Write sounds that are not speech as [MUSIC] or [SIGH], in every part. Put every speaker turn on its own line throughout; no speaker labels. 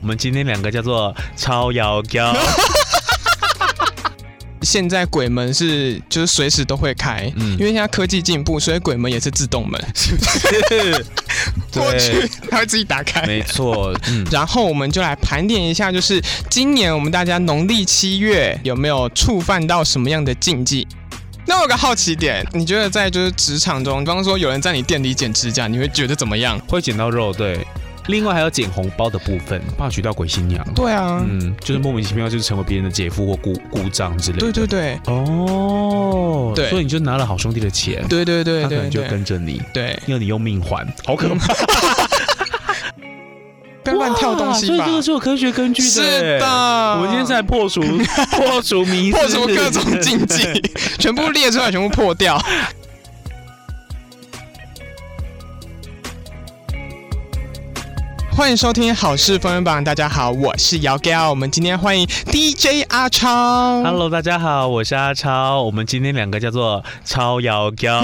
我们今天两个叫做超摇摇，
现在鬼门是就是随时都会开，
嗯
因为现在科技进步，所以鬼门也是自动门，
是不是？
[LAUGHS] 过去
[LAUGHS] 对，
它会自己打开。
没错，嗯，
然后我们就来盘点一下，就是今年我们大家农历七月有没有触犯到什么样的禁忌？那我有个好奇点，你觉得在就是职场中，比方说有人在你店里剪指甲，你会觉得怎么样？
会捡到肉，对。另外还有捡红包的部分，怕娶到鬼新娘。
对啊，
嗯，就是莫名其妙就是成为别人的姐夫或姑姑丈之类的。
对对对，
哦，
对
所以你就拿了好兄弟的钱，
对对对
他可
对
能就
对
跟着你，
对，
要你用命还，好可怕！
不要乱跳东
[LAUGHS] 哇所
西
以
吧
这。个是有科学根据的。
是的，，
我们今天是来破
[LAUGHS]
除破除迷思，
破除各种禁忌，全部列出来，全部破掉。欢迎收听《好事风云榜》，大家好，我是姚 g 我们今天欢迎 DJ 阿超。
Hello，大家好，我是阿超。我们今天两个叫做超摇
[LAUGHS]
高，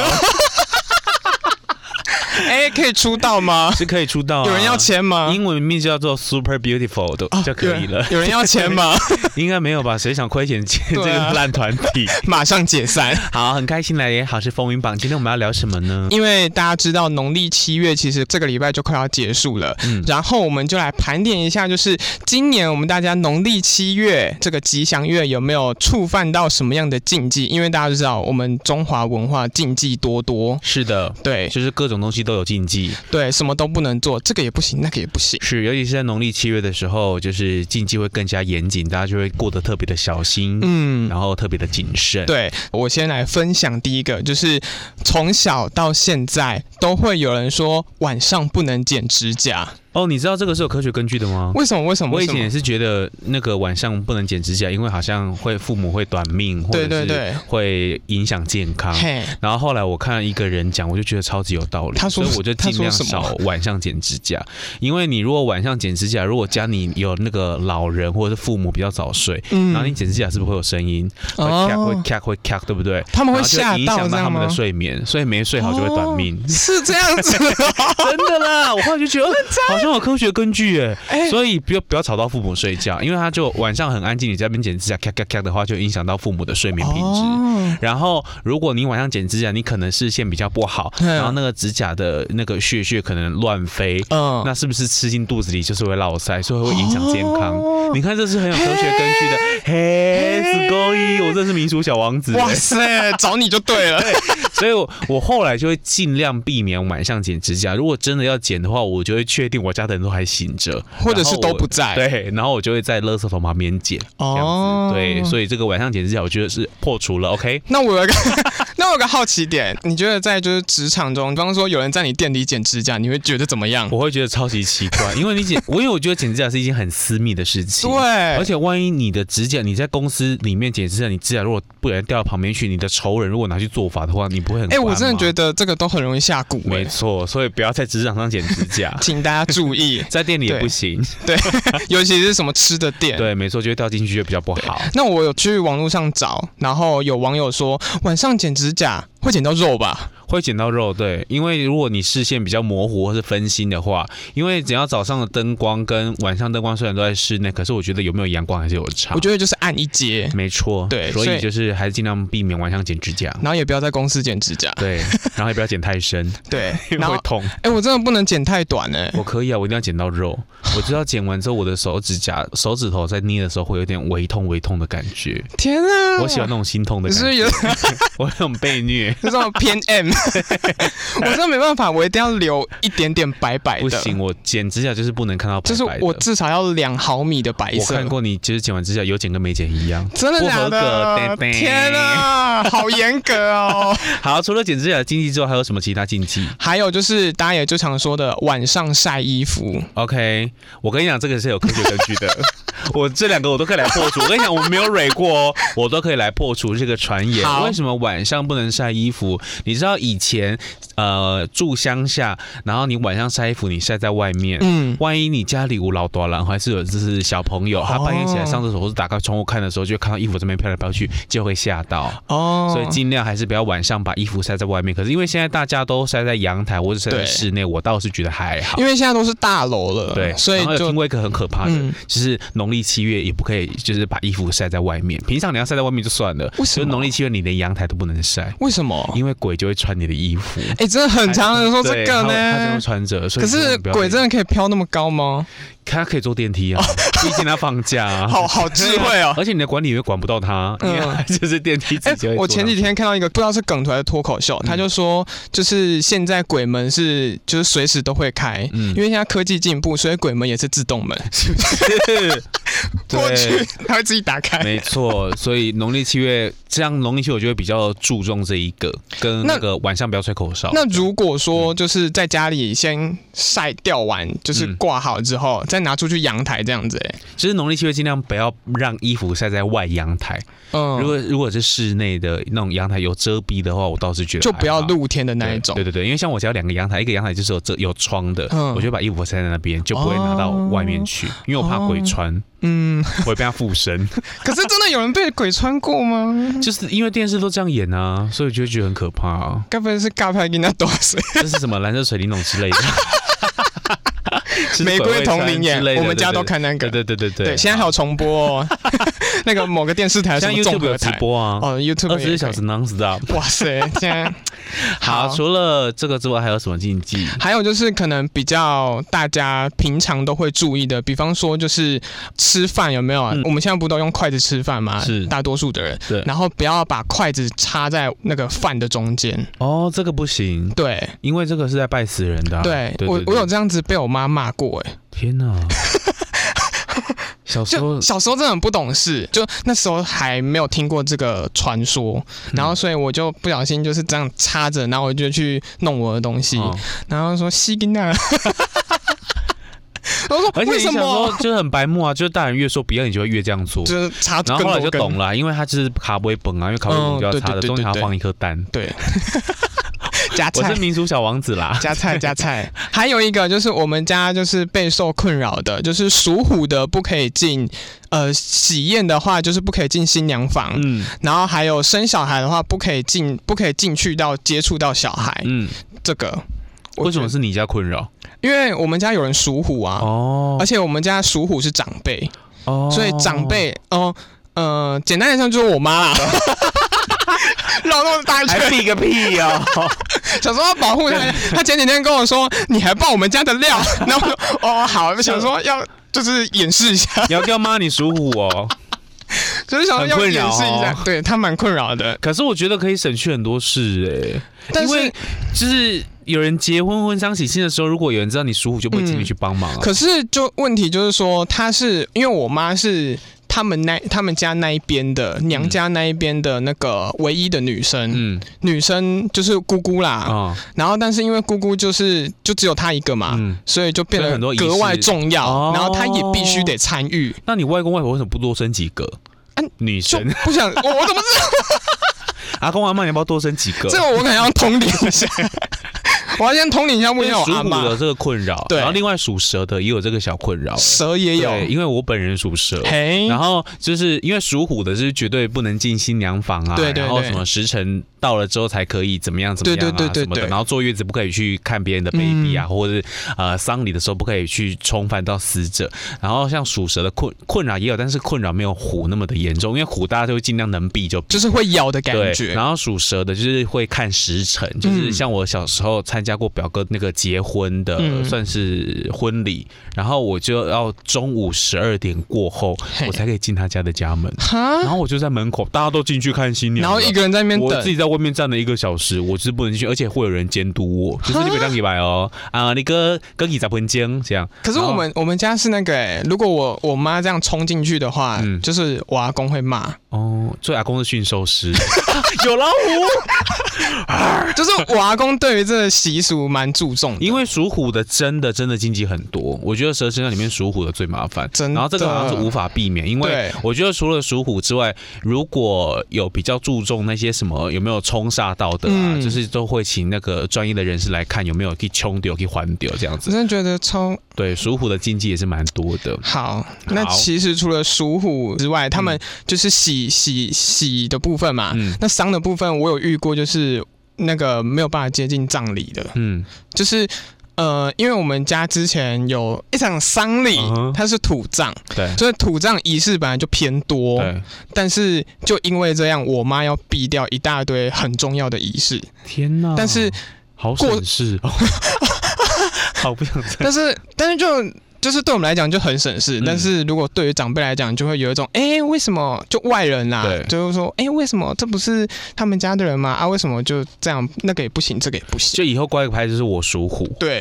哎，可以出道吗？
是可以出道、啊。
有人要签吗？
英文名叫做 Super Beautiful 都
哦
就可以了，
有人有人要签吗？
[LAUGHS] 应该没有吧？谁想亏钱签这
对啊
个烂团体？
马上解散。
[LAUGHS] 好，很开心来也好是风云榜。今天我们要聊什么呢？
因为大家知道农历七月其实这个礼拜就快要结束了，
嗯
然后我们就来盘点一下，就是今年我们大家农历七月这个吉祥月有没有触犯到什么样的禁忌？因为大家都知道我们中华文化禁忌多多，
是的，
对
就是各种东西都有禁忌，
对，什么都不能做，这个也不行，那个也不行。
是尤其是在农历七月的时候，就是禁忌会更加严谨，大家就会过得特别的小心，
嗯，
然后特别的谨慎。
对我先来分享第一个，就是从小到现在都会有人说晚上不能剪指甲，
哦，你知道这个是有科学根据的吗？
为什么？为什么？
我
为
以
什
前
么
也？是觉得那个晚上不能剪指甲，因为好像会父母会短命，或
对
者
对
是
对，
会影响健康。
嘿。
然后后来我看一个人讲，我就觉得超级有道理，
他说
所以我就尽量
他说什么
少晚上剪指甲，因为你如果晚上剪指甲，如果家里有那个老人或者是父母比较早睡，
嗯哦
然后你剪指甲是不是会有声音？会咔会咔会咔，对不对？
他们
然
会
后就
吓
影
到，
响
这
到他
样
们
吗
的？睡眠，所以没睡好就会短命
哦。是这样子。
真的啦，我后来就觉得好像有科学根据哎，
哎、
所以不要不要吵到父母睡觉，因为他就晚上很安静，你在那边剪指甲咔咔咔的话，就影响到父母的睡 [LAUGHS] 眠品质。
哦，
然后，如果你晚上剪指甲，你可能视线比较不好，
嗯
然后那个指甲的那个血血可能乱飞，
嗯，
那是不是吃进肚子里就是会落腮，所以会影响健康？
哦
你看，这是很有科学根据的。嘿，
嘿
子勾一，我真是民俗小王子。
哇塞，找你就对了。
[LAUGHS] 所以我，我后来就会尽量避免晚上剪指甲。如果真的要剪的话，我就会确定我家的人都还醒着，
[LAUGHS] 或者是
然后
都
我
不在
对，然后我就会在垃圾桶旁边剪。这样子，
哦
对，所以这个晚上剪指甲，我觉得是破除了。OK，
那我有一个， [LAUGHS] 那我有个好奇点，你觉得在就是职场中，比方说有人在你店里剪指甲，你会觉得怎么样？
我会觉得超级奇
[LAUGHS]
怪，因为你剪，我因为我觉得剪指甲是一件很私密的事情。。而
对，
且万一你的指甲，你在公司里面剪指甲，你指甲如果不然掉到旁边去，你的仇人如果拿去做法的话，你不会很
哎、我真的觉
得
得这个都很容易下蛊、
没
哎，
错，所以不要在职场上剪指甲，
[LAUGHS] 请大家注意
[LAUGHS] 在店里也
对
不行。
尤其是什么吃的店。
对，没错，就会掉进去就比较不好。
那我有去网络上找，然后有网友说晚上剪指甲会剪到肉吧？
会剪到肉，
嗯
对，因为如果你视线比较模糊或是分心的话，因为只要早上的灯光跟晚上灯光虽然都在室内，可是我觉得有没有阳光还是有差。
我觉得就是按一截，
没错，
对
所
所
以
以
就是还是尽量避免晚上剪指甲，
然后也不要在公司剪指甲。
对，然后也不要剪太
[LAUGHS]
深，
对，
因为
然后
会痛。
哎、我真的不能剪太短哎、
我可以啊，我一定要剪到肉。我知道剪完之后，我的手指甲、手指头在捏的时候会有点微痛、微痛的感觉。
天啊！
我喜欢那种心痛的
你
感
是不是
觉，
有
我很被
[LAUGHS]
虐。
这种偏
[LAUGHS]
M？我真的没办法，我一定要留一点点白白的。
不行，，我剪指甲就是不能看到白
哎就是
白的。
我至少要两毫米的白
我
色。
看过你，哎就是啊剪完指甲有剪跟没剪一样。
真的假
不合格对
的？
对
天啊，好严格
[LAUGHS]
哦！
[LAUGHS] 好，除了剪指甲的禁忌之外，还有什么其他禁忌
还有就是大家也就常说的晚上晒衣服，
？OK，我跟你讲，这个是有科学根据的。 [LAUGHS] 我这两个我都可以来破除。我跟你讲，我没有蕊过哦，我都可以来破除这个传言。
好
为什么晚上不能晒衣服？你知道以前呃住乡下，然后你晚上晒衣服，你晒在外面。
嗯，
万一你家里有老多人，还是有就是小朋友，他半夜起来上厕所或是打开窗户看的时候，就会看到衣服这边飘来飘去，就会吓到。
哦，
所以尽量还是不要晚上把衣服晒在外面。可是因为现在大家都晒在阳台或者晒在
对
室内，我倒是觉得还好。
因为现在都是大楼了，
对，
所以
然后有
就
听过一个很可怕的，
嗯
就是农历七月也不可以，就是把衣服晒在外面。平常你要晒在外面就算了，
为什
就是
么
农历七月你连阳台都不能晒，
为什么？
因为鬼就会穿你的衣服。
哎、真的很常人说这
对
个
他会他真
呢
的。穿着，所以
可是
千万不要
鬼真的可以飘那么高吗？
他可以坐电梯啊，毕竟他放假、啊。[LAUGHS]
[LAUGHS] 好好智慧哦！
而且你的管理员管不到他，
嗯
因为他就是电梯自
哎、
己就会嗯
我
坐
前
上
几天看到一个不知道是梗图还是脱口秀，他就说，就是现在鬼门是就是随时都会开，
嗯
因为现在科技进步，所以鬼门也是自动门，
是不是？
过
[LAUGHS]
去
对，
它会自己打
[LAUGHS]
开。
没错。所以农历七月，这样农历七月我就会比较注重这一个，跟
那
那个晚上不要吹口哨。
那如果说就是在家里先晒掉完，就是
嗯
挂好之后，再拿出去阳台这样子、哎，
其实农历七月尽量不要让衣服晒在外阳台。
嗯，
如果如果是室内的那种阳台有遮蔽的话，我倒是觉得
就不要
还好
露天的那
对
一种
对。对对，因为像我家有两个阳台，一个阳台就是有遮有窗的，
嗯哦
我就把衣服晒在那边，就不会拿到外面去，因为我怕鬼
[LAUGHS]
穿，
嗯，
我会被他附身。 [LAUGHS]
可是真的有人被鬼穿过吗？
就是因为电视都这样演啊，所以就会觉得很可怕、啊。
该不会是尬拍给那多水？
[LAUGHS] 这是什么蓝色水灵珑之类的？是
[LAUGHS] 玫瑰同
鬼
林
会穿
眼
之类，的
我们家都。看那
对
个。
对对对对
对，现在还有
[LAUGHS]
重播哦，那个某个电视台
像
什么
YouTube
综合
有直
台
播啊，
哦，YouTube
二十
也可以
四小时。non stop。
哇塞，现
[LAUGHS]
在
好，
好
除了这个之外，还有什么禁忌？
还有就是可能比较大家平常都会注意的，比方说就是吃饭有没有啊？
嗯
我们现在不都用筷子吃饭吗？
是
大多数的人。
对
然后不要把筷子插在那个饭的中间。
哦，这个不行，
对，
因为这个是在拜死人的啊、
对
对
我
对
我有这样子被我妈骂过哎、
天
[LAUGHS]
哪！小时候
就小时候真的很不懂事，就那时候还没有听过这个传说，
嗯
然后所以我就不小心就是这样插着，然后我就去弄我的东西，
哦
[LAUGHS] 然后说西
[LAUGHS]
金娜，我说
而且
为
你
什
小时候
么？
就是很白
[LAUGHS]
目啊，就是大人越说不要，你就会越这样做。
就是插
然后
更
后
多
来就
根，
懂了啊，因为它就是卡不会崩啊，因为卡不会崩就要
嗯对
插的，
对对
中间还
对
要
对
放一颗蛋。
对，加
我
菜
是民俗小王子
[LAUGHS]
啦，[LAUGHS]
加菜加菜，还有一个就是我们家就是备受困扰的，就是属虎的不可以进，呃，喜宴的话就是不可以进新娘房，
嗯
然后还有生小孩的话，不可以进，不可以进去到接触到小孩。
嗯，
这个哎我
为什么
觉
是你家困扰？
得？因为我们家有人属虎啊，
哦
而且我们家属虎是长辈，
哦
所以
[LAUGHS]
长辈哦，呃，简单来说就是我妈啦。绕那么大一圈，
避个屁哦！
想说要保护她。她前几天跟我说，你还爆我们家的
[LAUGHS]
料，然后我说哦好，想说要就是掩饰一下，
[LAUGHS] 你要叫妈你属虎哦，
就是想说要
很
掩
困扰
饰一下
哦，
对她蛮困扰的。
可是我觉得可以省去很多事哎、
但
因为
是
就是有人结婚婚丧喜庆的时候，如果有人知道你属虎，就不会请你去帮忙啊。
可是就问题就是说，她是因为我妈是他们那他们家那一边的娘家那一边的那个唯一的女生，
嗯
女生就是姑姑啦。
啊
然后但是因为姑姑就是就只有她一个嘛。
嗯，
所以就变
所
得
以很多仪式
格外重要，
哦
然后她也必须得参与，
那你外公外婆为什么不多生几个
啊？
女
就
生，
不想我我怎
[LAUGHS]
么知道？
阿公阿妈，你要不要多生几个？
这个我可能要通灵一下， [LAUGHS] 我要先通灵一下问一
因
下
为
我
属
阿
虎的
妈，
这个困扰，
对哦
然后另外属蛇的也有这个小困扰，欸
蛇也有，
对因为我本人属蛇。
嘿，
然后就是因为属虎的是绝对不能进新娘房啊，
对对对
然后什么时辰到了之后才可以怎么样怎么样啊
对对对对
什么的，
对嗯
然后坐月子不可以去看别人的 baby 啊，或者是呃丧礼的时候不可以去冲犯到死者。然后像属蛇的困困扰也有，但是困扰没有虎那么的严重，因为虎大家就会尽量能避就避。
就是会咬的感
对，
觉，
然后属蛇的，就是会看时辰，就是
嗯
像我小时候参加过表哥那个结婚的，
嗯
算是婚礼，然后我就要中午十二点过后，
嘿
我才可以进他家的家门。
哈
然，后我就在门口，大家都进去看新娘
然
了，
后一个人在那边
我
等
自，己在外面站了一个小时，我就是不能进去，而且会有人监督
啊
我，就是你别让你来哦，啊，你哥哥你在分间这样，
可是我们我们家是那个、欸，如果我我妈这样冲进去的话，
嗯
就是我阿公会骂，
哦，所以阿公是驯兽
[LAUGHS]
师，有老虎，
就是我阿公对于这个习俗蛮注重的，
[LAUGHS] 因为属虎的真的真的禁忌很多，我觉得蛇身上里面属虎的最麻烦，
真的
然后这个好像是无法避免，因为
对
我觉得除了属虎之外，如果有比较注重那些什么有没有冲煞道的啊，
嗯
就是都会请那个专业的人士来看有没有可以冲丢、可以还丢这样
我
子。
真的觉得超
对，属虎的禁忌也是蛮多的。
好。那其实除了属虎之外，他们就是喜喜喜的部分嘛，
嗯
那丧的部分我有遇过，就是那个没有办法接近葬礼的，
嗯，
就是。呃，因为我们家之前有一场丧礼
嗯哼
它是土葬，
对
所以土葬仪式本来就偏多，
对，
但是就因为这样，我妈要避掉一大堆很重要的仪式。
天哪！
但是，
好
过
省事
[LAUGHS]
哦，好不想 [LAUGHS] 再
但是，但是就就是对我们来讲就很省事，
嗯
但是如果对于长辈来讲，就会有一种哎、诶为什么就外人啦、
对
就是说哎、诶为什么这不是他们家的人吗？啊，为什么就这样？那个也不行，这个也不
[LAUGHS]
行。
就以后挂一个牌子是我属虎，
对，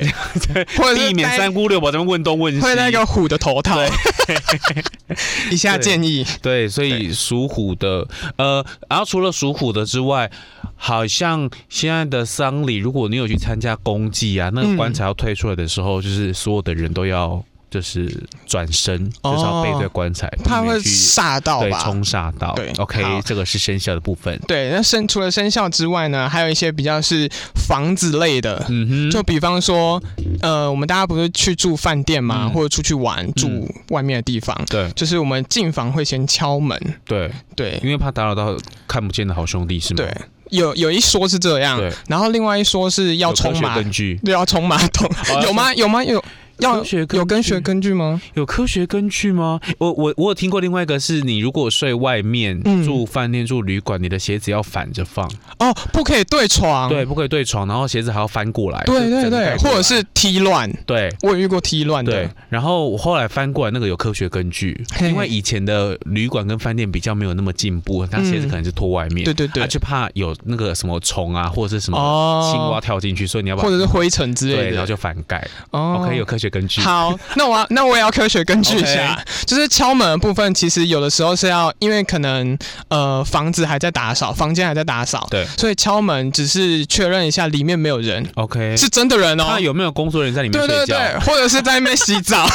或者
[LAUGHS]
是
避免
戴
三姑六婆咱们问东问西。啊
会那个虎的头套
对。
[LAUGHS] 以下
对
建议，
对，所以属虎的，呃，然后除了属虎的之外，好像现在的丧礼，如果你有去参加公祭啊，那个
嗯
棺材要推出来的时候，就是所有的人都要就是转身，就是要背对棺材，避
怕
免
哦会
去
吓到
对
吧？
冲煞到。
对
，OK，
好
这个是生肖的部分。
对，那生除了生肖之外呢，还有一些比较是房子类的，
嗯哼，
就比方说，呃，我们大家不是去住饭店嘛，
嗯
或者出去玩住外面的地方，
对
就是我们进房会先敲门，
对，
对
因为怕打扰到看不见的好兄弟，是吗？
对，有有一说是这样
对，
然后另外一说是要
有科
冲
学
马，
根据，
对，要冲马桶，
[LAUGHS] 哦
有吗？有吗？有要
科学根
有
跟
跟学根据吗？
有科学根据吗？我我我有听过另外一个是，你如果睡外面、
嗯
住饭店、住旅馆，你的鞋子要反着放，
哦，不可以对床，
对，不可以对床，然后鞋子还要翻过来，
啊对对
整个
对
盖，过
或
来
者是踢乱，
对。
我有遇过踢乱
对
的，，
然后我后来翻过来那个有科学根据，
嘿
因为以前的旅馆跟饭店比较没有那么进步，它鞋子可能是脱外面，
对对
他
对，
就怕有那个什么虫啊，或者是什么
哦，
青蛙跳进去，所以你要把
或者是灰尘之
对，
类
然后
的，
就反盖。
哦
OK，有科学根据。
好，那我要那我也要科学根据一下就是敲门的部分，其实有的时候是要，因为可能呃房子还在打扫，房间还在打扫，
对
所以敲门只是确认一下里面没有人，
，OK，
是真的人哦
那，有没有工作人员在里面
对
睡
对
觉？
对，或者是在那边洗
[LAUGHS]
澡。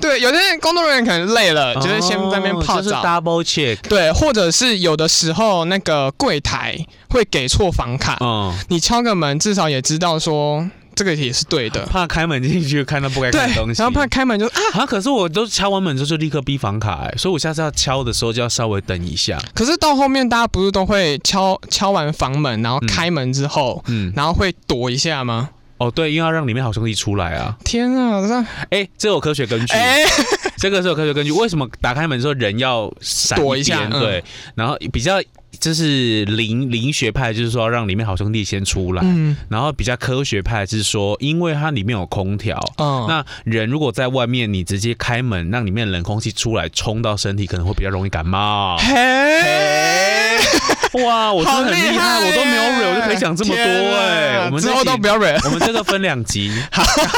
对，有些工作人员可能累了，就是先在那边泡
哦就是
澡。
double check。
对，或者是有的时候那个柜台会给错房卡，
嗯，
你敲个门至少也知道说这个也是对的。
怕开门进去看到不该
对
看的东，西，
然后怕开门就啊，
啊！可是我都敲完门之后就立刻逼房卡、欸，所以我下次要敲的时候就要稍微等一下。
可是到后面大家不是都会敲敲完房门，然后开门之后，
嗯，
然后会躲一下吗？
哦对，因为要让里面好兄弟出来啊。
天啊，这
哎、这有科学根据，
哎、
这个是有科学根据。为什么打开门之后人要闪
躲
一
一下
边
嗯
对，然后比较就是灵灵学派就是说让里面好兄弟先出来，
嗯
然后比较科学派是说，因为它里面有空调，
嗯，。
那人如果在外面，你直接开门，让里面冷空气出来冲到身体，可能会比较容易感冒
嘿，
[LAUGHS] 哇，哦我真的很厉害，
好耶
我都没有蕊，我就可以讲这么多
天啊
哎、我们
之
这
后
集
都不
[LAUGHS]
要蕊，
我们这个分两集，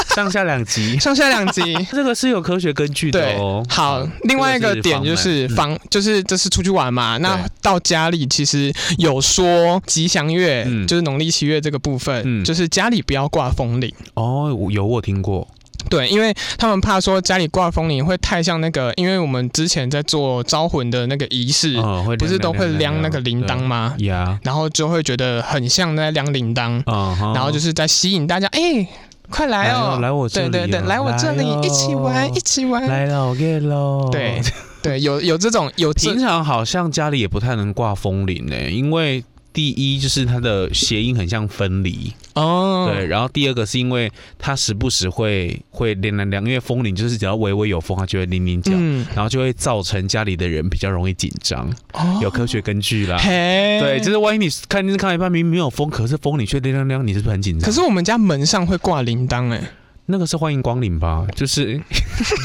[LAUGHS] 上下两集，
上下两集。
这个是有科学根据的
对
哦，。
好
嗯，
另外一个点就
这
是
个是嗯
房，就是这是出去玩嘛。那
对
到家里其实有说吉祥月
嗯，
就是农历七月这个部
嗯
分，就是家里不要挂风铃。
哦，我有我听过，
对，因为他们怕说家里挂风铃会太像那个，因为我们之前在做招魂的那个仪式，
嗯，会
不是都会
亮
量那个铃铛吗？
对呀，
然后就会觉得很像在量铃铛，
嗯哼，
然后就是在吸引大家，哎，快来哦，
来我这里
对
哦，
对对，来我这里
哦
一起玩，一起玩，
来了，get 喽，
对对，有有这种有这
平常好像家里也不太能挂风铃呢、因为第一就是它的谐音很像分离，
哦，
对，然后第二个是因为它时不时会会铃铃铃，因为风铃就是只要微微有风，它就会铃铃叫。
嗯，
然后就会造成家里的人比较容易紧张，
哦
有科学根据啦。
嘿，
对，就是万一你看电视看到一半，明明没有风，可是风铃却铃铃铃，你是不是很紧张？
可是我们家门上会挂铃铛，哎，
那个是欢迎光临吧，就是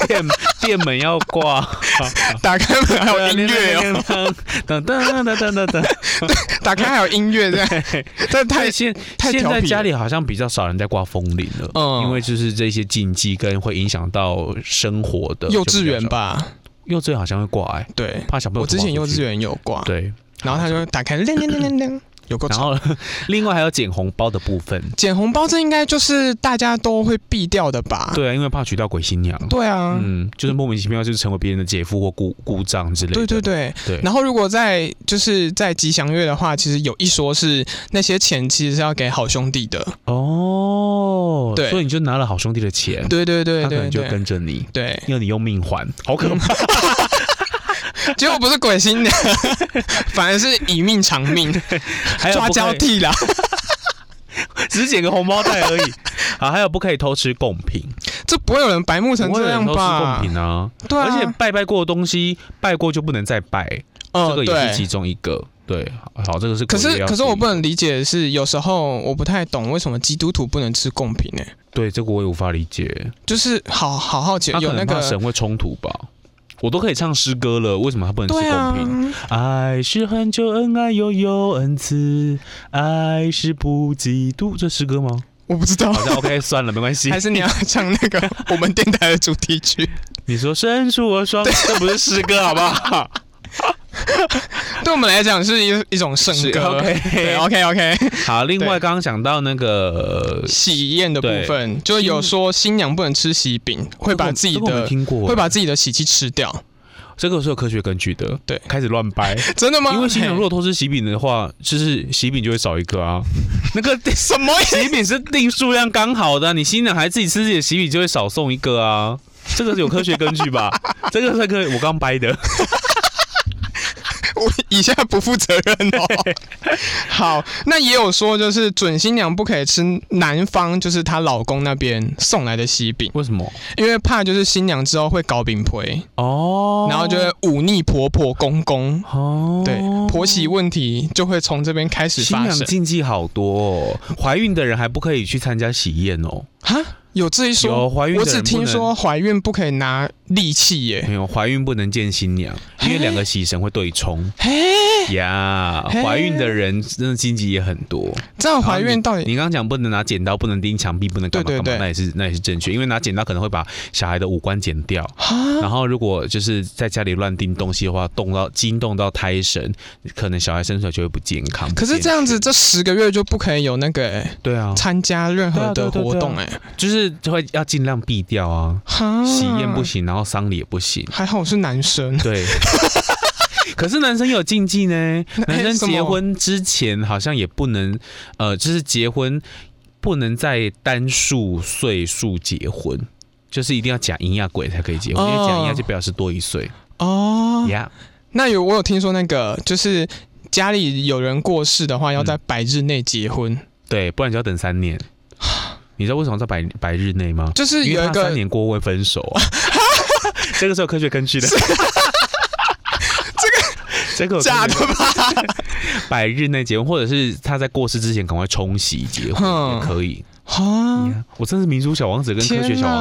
店店门要挂，
打开门还有音乐哦，
哦，噔噔噔噔噔噔。
打开还有音乐，这样，
[LAUGHS]
这太
但现
太
现
调
在
皮
家
了
里好像比较少人在挂风铃了，
嗯
因为就是这些禁忌跟会影响到生活的
幼稚
就比
园
较少，
吧。
幼稚园好像会挂哎、
对，
怕小朋友
我之前
跑
幼
出去
稚园有挂，
对，
然后他
[LAUGHS]
就打开亮亮亮亮亮，有够
啊然
吵。
后另外还有捡红包的部分，
捡红包这应该就是大家都会避掉的吧？
对啊，因为怕娶到鬼新娘。
对啊，
嗯，就是莫名其妙就是成为别人的姐夫或姑姑丈之类的。
对对对。
对
然后如果在就是在吉祥月的话，其实有一说是那些钱其实是要给好兄弟的。
哦，
对
所以你就拿了好兄弟的钱，
对对对
嗯他可
对
能就
对
跟着你，
对，
因为你用命还，好可怕。
[LAUGHS] 结果不是鬼新娘， [LAUGHS] 反而是以命偿命，
[LAUGHS] 还有
抓 [LAUGHS]
不可
交
以，
替啦。
只捡个红包袋而已。啊，还有不可以偷吃贡品，
这不会有人白目成
不会有
这
人
样
偷吃贡
吧？
品啊。
对啊，
而且拜拜过的东西，拜过就不能再拜，
嗯
这个也是其
对。
中一个。对，好好，这个是
可
鬼月
是
要
可是我
注意
不能理解的是，有时候我不太懂为什么基督徒不能吃贡品呢、
对这个我也无法理解，
就是好好好奇
他
有
可
那
能怕
个
神会冲突吧。我都可以唱诗歌了，为什么他不能吃
对啊
贡，品？爱是恒久恩爱又有恩慈，爱是不嫉妒。这诗歌
[LAUGHS]
吗？
我不知道，
好像 OK，算了，没关系
还。是你要唱
[LAUGHS]
那个我们电台的主题曲？
你说伸出我双，这不是诗歌好不
[LAUGHS]
好？
对我们来讲是一一种圣
是
歌。对
OK。
OK OK，
[LAUGHS] 好，另
对
外刚刚讲到那个
喜宴的部分就有说新娘不能吃喜饼，会把自己
这个我没
的
听过，
会把自己的喜气吃掉，
这个是有科学根据的。
对
开始乱掰，
真的吗？
因为新娘如果
嘿
偷吃喜饼的话，就是喜饼就会少一个啊。 [LAUGHS] 那个
什么意思？
喜饼是定数量刚好的啊，你新娘还自己吃自己的喜饼，就会少送一个啊。这个是有科学根据 [LAUGHS] 吧？这个是科我刚掰的。
我 [LAUGHS] 以下不负责任哦。 [LAUGHS] 好，那也有说就是准新娘不可以吃男方就是她老公那边送来的喜饼，
为什么？
因为怕就是新娘之后会搞饼皮，
哦，
然后就会忤逆婆婆公公。
哦，
对，婆媳问题就会从这边开始
新
发
娘
生。
禁忌好多、哦，怀孕的人还不可以去参加喜宴哦。
哈，有这一说
有，怀孕的
我
人
只听
不能
说怀孕不可以拿利器耶。
没有，怀孕不能见新娘，因为两个喜神会对冲
嘿，
呀。
嘿
怀孕的人真的禁忌也很多。
这样怀孕到底
你刚刚讲不能拿剪刀，不能钉墙壁，不能干嘛
对
干嘛，
哎对对
那也是那也是正确，因为拿剪刀可能会把小孩的五官剪掉。
哈？
然后，如果就是在家里乱钉东西的话，动到惊动到胎神，可能小孩生出来就会不健康。
可是
不健
这样子，这十个月就不可以有那个耶
对啊，
参加任何
对
的
啊对啊对啊
活动
对
哎。
就是就会要尽量避掉啊，
哈，
喜宴不行，然后丧礼也不行。
还好我是男生，
对。 [LAUGHS] 可是男生也有禁忌呢，男生结婚之前好像也不能，呃，就是结婚不能在单数岁数结婚，就是一定要假银亚鬼才可以结婚，因为假银亚就表示多一岁
哦。
呀。
那有我有听说那个，就是家里有人过世的话，要
嗯
在百日内结婚，
对，不然就要等三年。你知道为什么在百百日内吗？
就是
因
有
为
一
他三
个
年过后会分手 [LAUGHS] 啊。这个是有科学根据的。这个这个有科学
假的吧？
百日内结婚，或者是他在过世之前赶快冲洗结婚
哼
也可以。
哈，
我真是民主小王子跟科学小王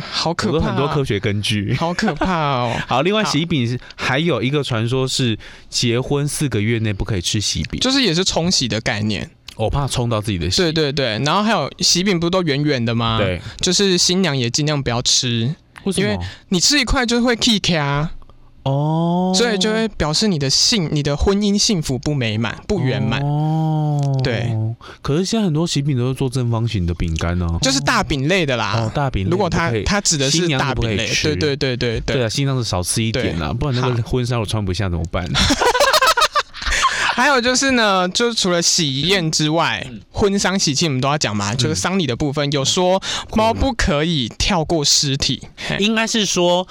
子、
子，好
欸，我
可
有
怕，哦
很多科，学根据。！
好可怕哦
[LAUGHS] 好，另外
好
喜饼是还有一个传说是结婚四个月内不可以吃喜饼，
就是也是冲洗的概
[LAUGHS]
念，
我怕冲到自己的喜
对对对。然后还有喜饼不是都圆圆的吗？，
对，
就是新娘也尽量不要吃，
为什
因
么
为？你吃一块就会 K K 啊，
哦，
所以就会表示你的幸你的婚姻幸福不美满不圆满，
哦，
对。
可是现在很多喜饼都是做正方形的饼干呢、啊，
就是大饼类的啦。
哦大饼类
如果
不
他
可以
他指的是
新娘
大
就不可
饼
以
类，对
吃
对对对对
对啊，心脏是少吃一点啦、不然那个婚纱我穿不下怎么
[LAUGHS]
办？
还有就是呢，就是除了喜宴之外，
嗯
婚丧喜庆我们都要讲嘛，就是丧礼的部分，有说猫不可以跳过尸体，嘿
应该是说，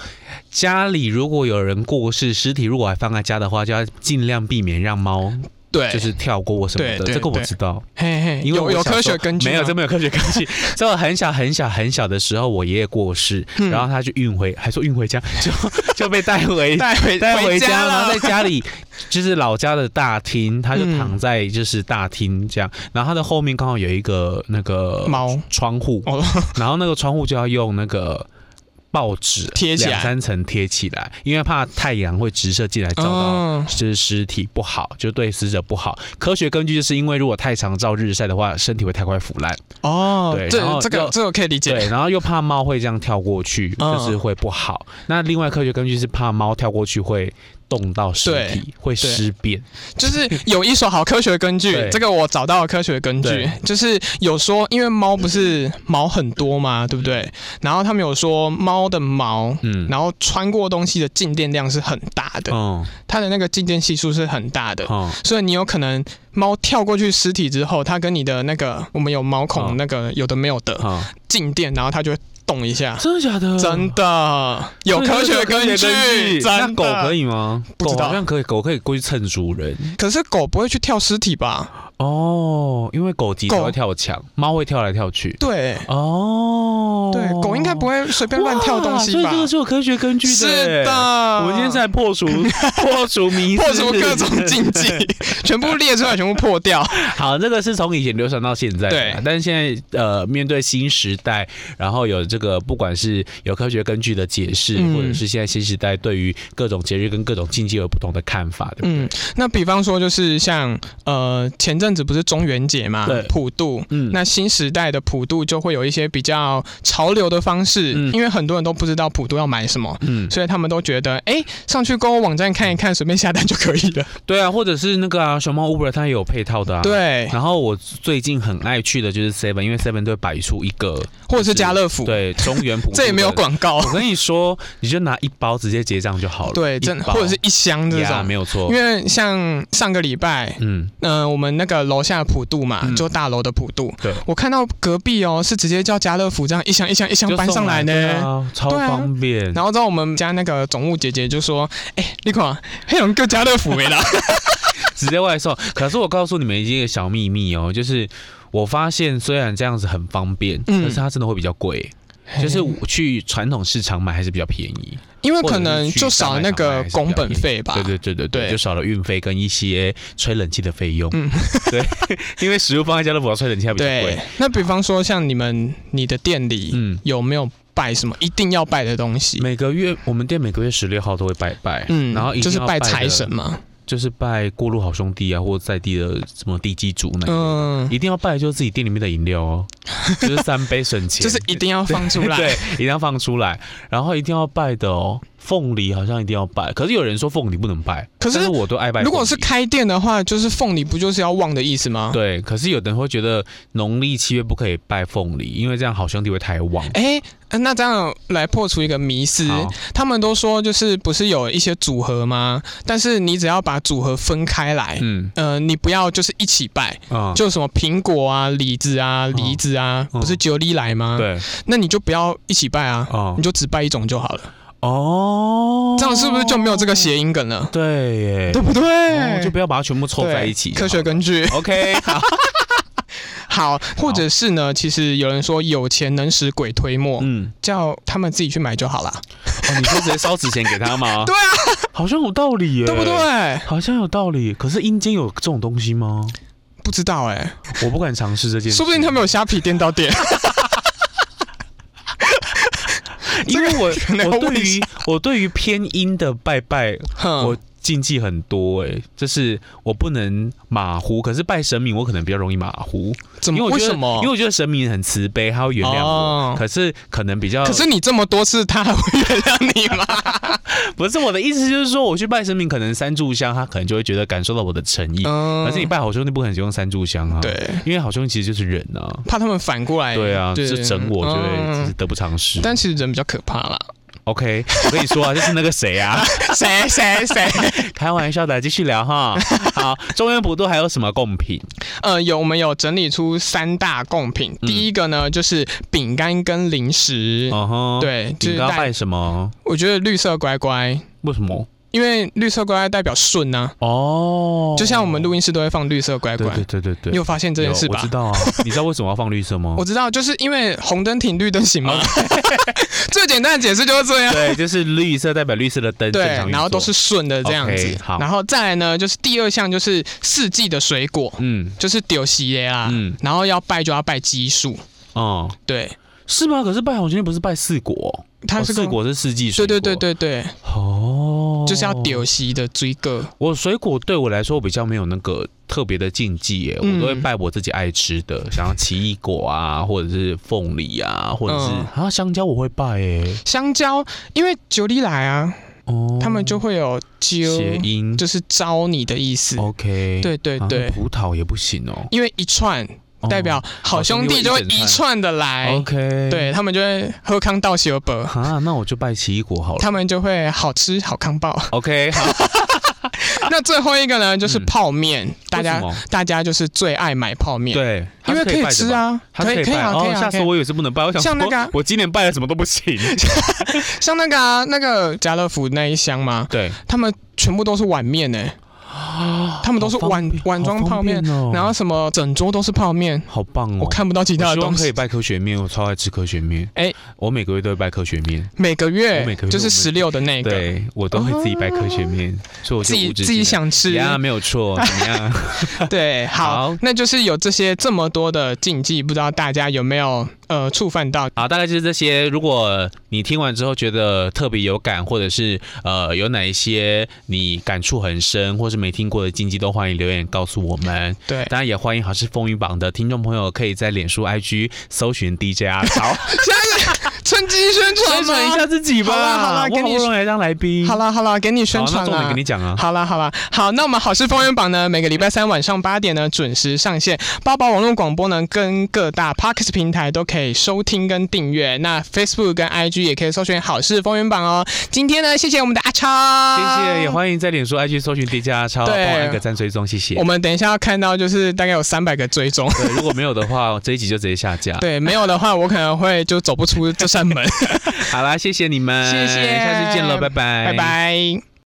家里如果有人过世，尸体如果还放在家的话，就要尽量避免让猫
对，
就是跳过或什么
对
的。
对
这个我
对
知道，
嘿嘿，
因为
有
我
有
小时候
科学根据吗，
没有，这没有科学根据。 [LAUGHS] 在我很小很小很小的时候，我爷爷过世，
嗯
然后他就运回，还说运回家，就就被带
[LAUGHS]
回。
带回
带回
家
然后
了
在，家里， [LAUGHS] 就是老家的大厅，他就
嗯
躺在就是大厅这样，然后他的后面刚好有一个那个
猫
窗户，
哦， [LAUGHS]
然后那个窗户就要用那个报纸
贴起来
两三层贴起来，因为怕太阳会直射进来照到
哦
就是尸体不好，就对死者不好。科学根据就是因为如果太常照日晒的话，身体会太快腐烂，
哦
对，
这
然后
这个
就
这个可以理解。
对，然后又怕猫会这样跳过去，
嗯
就是会不好。那另外科学根据是怕猫跳过去会冻到身体，会尸变。
就是有一手好科学根据
对，
这个我找到了科学根据
对，
就是有说，因为猫不是毛很多嘛，对不对？然后他们有说猫的毛，
嗯，
然后穿过东西的静电量是很大的，
嗯
它的那个静电系数是很大的，
嗯，
所以你有可能猫跳过去尸体之后，它跟你的那个我们有毛
哦
孔那个有的没有的
嗯
静电，然后它就会动一下。
真的假的？
真的有科学根
真的有科
据，
学那
真
狗可
以。
以吗？
不知
狗
道
好像可以，狗可以过去蹭主人
可是狗不会去跳尸体吧？
哦，因为狗急它
狗
会跳墙，猫会跳来跳去
对，
哦。
对，狗应该不会随便乱跳东西
哇所
吧
以这？个是有科学根据的。
是的，，
我们今天是来破除
[LAUGHS]
破除迷思，
破除各种禁忌。，
[LAUGHS]
全部列出来，全部破掉。
好，这个是从以前流传到现在的，
对
但是现在呃，面对新时代，然后有这个不管是有科学根据的解释，
嗯
或者是现在新时代对于各种节日跟各种禁忌有不同的看法，对不对？
嗯，那比方说就是像呃前阵子不是中元节嘛
对，
普渡。
嗯
那新时代的普渡就会有一些比较潮流的方式，
嗯
因为很多人都不知道普渡要买什么，
嗯，
所以他们都觉得，哎、上去购物网站看一看，随便下单就可以了。
对啊，或者是那个啊，熊猫 Uber 它也有配套的啊。。
对，
然后我最近很爱去的就是 Seven，因为 Seven 都会摆出一个
或者是家乐福，
对中原普渡的，
这也没有广告。
我跟你说，你就拿一包直接结账就好了。
对，
一
真
包
或者是一箱这
呀，
种
没。有错
因。为像上个礼拜，
嗯，
嗯、我们那个楼下普渡嘛，
嗯
就大楼的普渡，
对，
我看到隔壁哦，是直接叫家乐福这样一箱一箱一箱
就
搬上
送
来呢。
对啊超
对啊
方便。
然后之后我们家那个总务姐姐就说：“哎、你看，黑龙叫家乐福没啦
直接外送。可是我告诉你们一个小秘密哦，就是我发现虽然这样子很方便，
嗯
可是它真的会比较贵。？” [LAUGHS] 就是我去传统市场买还是比较便宜，
[LAUGHS] 因为可能就少那个工本费吧。
对对对对对，
对
就少了运费跟一些吹冷气的费用。
嗯
[LAUGHS] 对，因为食物放在家乐福吹冷气还比较贵
对。，那比方说像你们你的店里、
嗯，
有没有拜什么一定要拜的东西？
每个月我们店每个月十六号都会拜拜，
嗯，
然后一定
就是
要
拜
的
财神，嘛。
就是拜过路好兄弟啊，或在地的什么地基主那一类的
嗯，
一定要拜的就是自己店里面的饮料
[LAUGHS]
哦，就是三杯省钱，
就是一定要放出
[LAUGHS]
来。
对，一定要放出来，然后一定要拜的哦。凤梨好像一定要拜，可是有人说凤梨不能拜，
可是
但我都爱拜凤梨。
如果是开店的话，就是凤梨不就是要旺的意思吗？。
对，可是有的人会觉得农历七月不可以拜凤梨，因为这样好兄弟会太旺。
哎、那这样来破除一个迷思，
好
他们都说就是不是有一些组合吗？但是你只要把组合分开来，
嗯
呃，你不要就是一起拜，
啊，
就什么苹果啊、李子啊、梨子啊，
嗯
不是九里来吗？，
对
那你就不要一起拜啊，
哦
你就只拜一种就好了，
哦，
这样是不是就没有这个谐音梗了？
对耶？
对不对？
哦就不要把它全部凑在一起
对
就好
科
了。
学根据
OK，好，
[LAUGHS] 好，或者是呢？其实有人说有钱能使鬼推磨，
嗯，
叫他们自己去买就好了，
哦，你就直接烧纸钱给他吗？
[LAUGHS] 对
啊，好像有道理耶，
对不对？
好像有道理，可是阴间有这种东西吗？
不知道哎、
我不敢尝试这件事，
说不定他们有虾皮店到
[LAUGHS]
店。[LAUGHS]
因为我
能要
我对
问一嗯
于我对于偏阴的拜拜，
哼
我禁忌很多哎、就是我不能马虎，可是拜神明我可能比较容易马虎，
怎
因
么
为我
嗯为
觉得
什么？
因为我觉得神明很慈悲，他会原谅我，
哦
可是可能比较，
可是你这么多次，他还会原谅你 [LAUGHS] 吗？
[LAUGHS] 不是我的意思就是说，我去拜神明，可能三炷香，他可能就会觉得感受到我的诚意，
嗯
可是你拜好兄弟不可能只用三炷香啊，，
对，
因为好兄弟其实就是人啊，
怕他们反过来
对啊，就整我就会
嗯
就是得不偿失。
但其实人比较可怕啦。
OK，我跟你说啊，就是那个谁啊，
[LAUGHS] 谁谁谁？
开玩笑的，继续聊哈。好，中原普渡还有什么贡品？
[LAUGHS] 呃，有我们有整理出三大贡品，第一个呢就是饼干跟零食，
嗯哦哼，，
对，就
你
是
要
代
拜什么？
我觉得绿色乖乖，
为什么？
因为绿色乖乖代表顺呐、
哦，
就像我们录音室都会放绿色乖
对
乖，
对对对对，
你有发现这件事
有
吧
我知？道
[LAUGHS]
啊，你知道为什么要放绿色吗
我？知道，就是因为红灯停，绿灯行
啊
嘛。 [LAUGHS] 最简单的解释就是这样。
对，就是绿色代表绿色的灯，
对，
正常运
然后都
作
是顺的这样子。
OK，好
然后再来呢，就是第二项就是四季的水果，
嗯
就是丢席耶啦。
嗯
然后要拜就要拜奇数，
哦，
对，
是吗？可是拜好兄弟不是拜四果哦，
他
哦
是
四
跟我
果是四季水
对
果，
对对，对对，
哦，
就是要丢席的追个。
我水果对我来说比较没有那个特别的禁忌耶，
嗯
我都会拜我自己爱吃的，想要奇异果啊，或者是凤梨啊，或者是、
嗯
啊香蕉我会拜耶。
香蕉，因为九里来啊，
哦，
他们就会有揪，
谐音哦
就是招你的意思。
OK，
对对
啊
对，
葡萄也不行哦，
因为一串
哦
代表好兄弟就会一串的来，
OK
对他们就会喝康道喜尔伯，
啊，那我就拜奇异果好了。
他们就会好吃好康报。
OK，好，
[LAUGHS] 那最后一个呢，就是
嗯
泡面，大
为
家
什么
大家就是最爱买泡面，
对，
因为
它是
以
拜的
吃
吧。
啊，
它是
以
可
可以
拜
啊，可以
哦，
啊，
吓
可
死
以啊
我以为是不能拜，我想
像那
说
个啊
我今年拜的什么都不行。
[LAUGHS] 像那个啊，那个家乐福那一啊箱嘛，
对，
他们全部都是碗
[GASPS]
面呢，他们都是
好方
碗
便
碗装
好
泡
方
面
便，哦
然后什么整桌都是泡面，
好棒哦，
我看不到其
我
他
希
的
望
东
可以
西。
拜科学面，我超爱吃科学面。
哎
我每个月都会拜科学面，
每个月
我每个月
就是
我们
十六的那个，
对我都会自己拜科学面，所以我就
自己
无止
哦自己
境地
想吃。
呀，没有错，怎么样？
[LAUGHS] 对，好
好，
那就是有这些这么多的禁忌，不知道大家有没有呃触犯到？
好，大概就是这些。如果你听完之后觉得特别有感，或者是呃有哪一些你感触很深，或是没听过的禁忌，都欢迎留言告诉我们。
对，
当然也欢迎好事风云榜的听众朋友，可以在脸书、IG 搜寻 DJ 阿超，
趁机宣传
宣 [LAUGHS]
吗
传一下。自己吧。
好啦好啦
我
给
好
你
不容易来当来宾，
好
了，
啦好啦，给你宣
好，那
传
重点
啦
给。你讲啊。
好啦好啦，好，那我们好事风云榜呢，每个礼拜三晚上八点呢准时上线。八宝网络广播呢，跟各大 Podcast 平台都可以收听跟订阅。那 Facebook 跟 IG 也可以搜寻好事风云榜哦。今天呢，谢谢我们的阿超，
谢谢，也欢迎在脸书、IG 搜寻 DJ 阿超，帮
嗯对啊
我按个赞追踪，谢谢
我。们等一下要看到就是大概有三百个追踪。
对，啊如果没有的话，这一集就直接下架。
对，没有的话，我可能会就
[LAUGHS]
走不出这扇门。
好啦，谢谢你们，
谢谢
下次见喽，拜拜，
拜拜。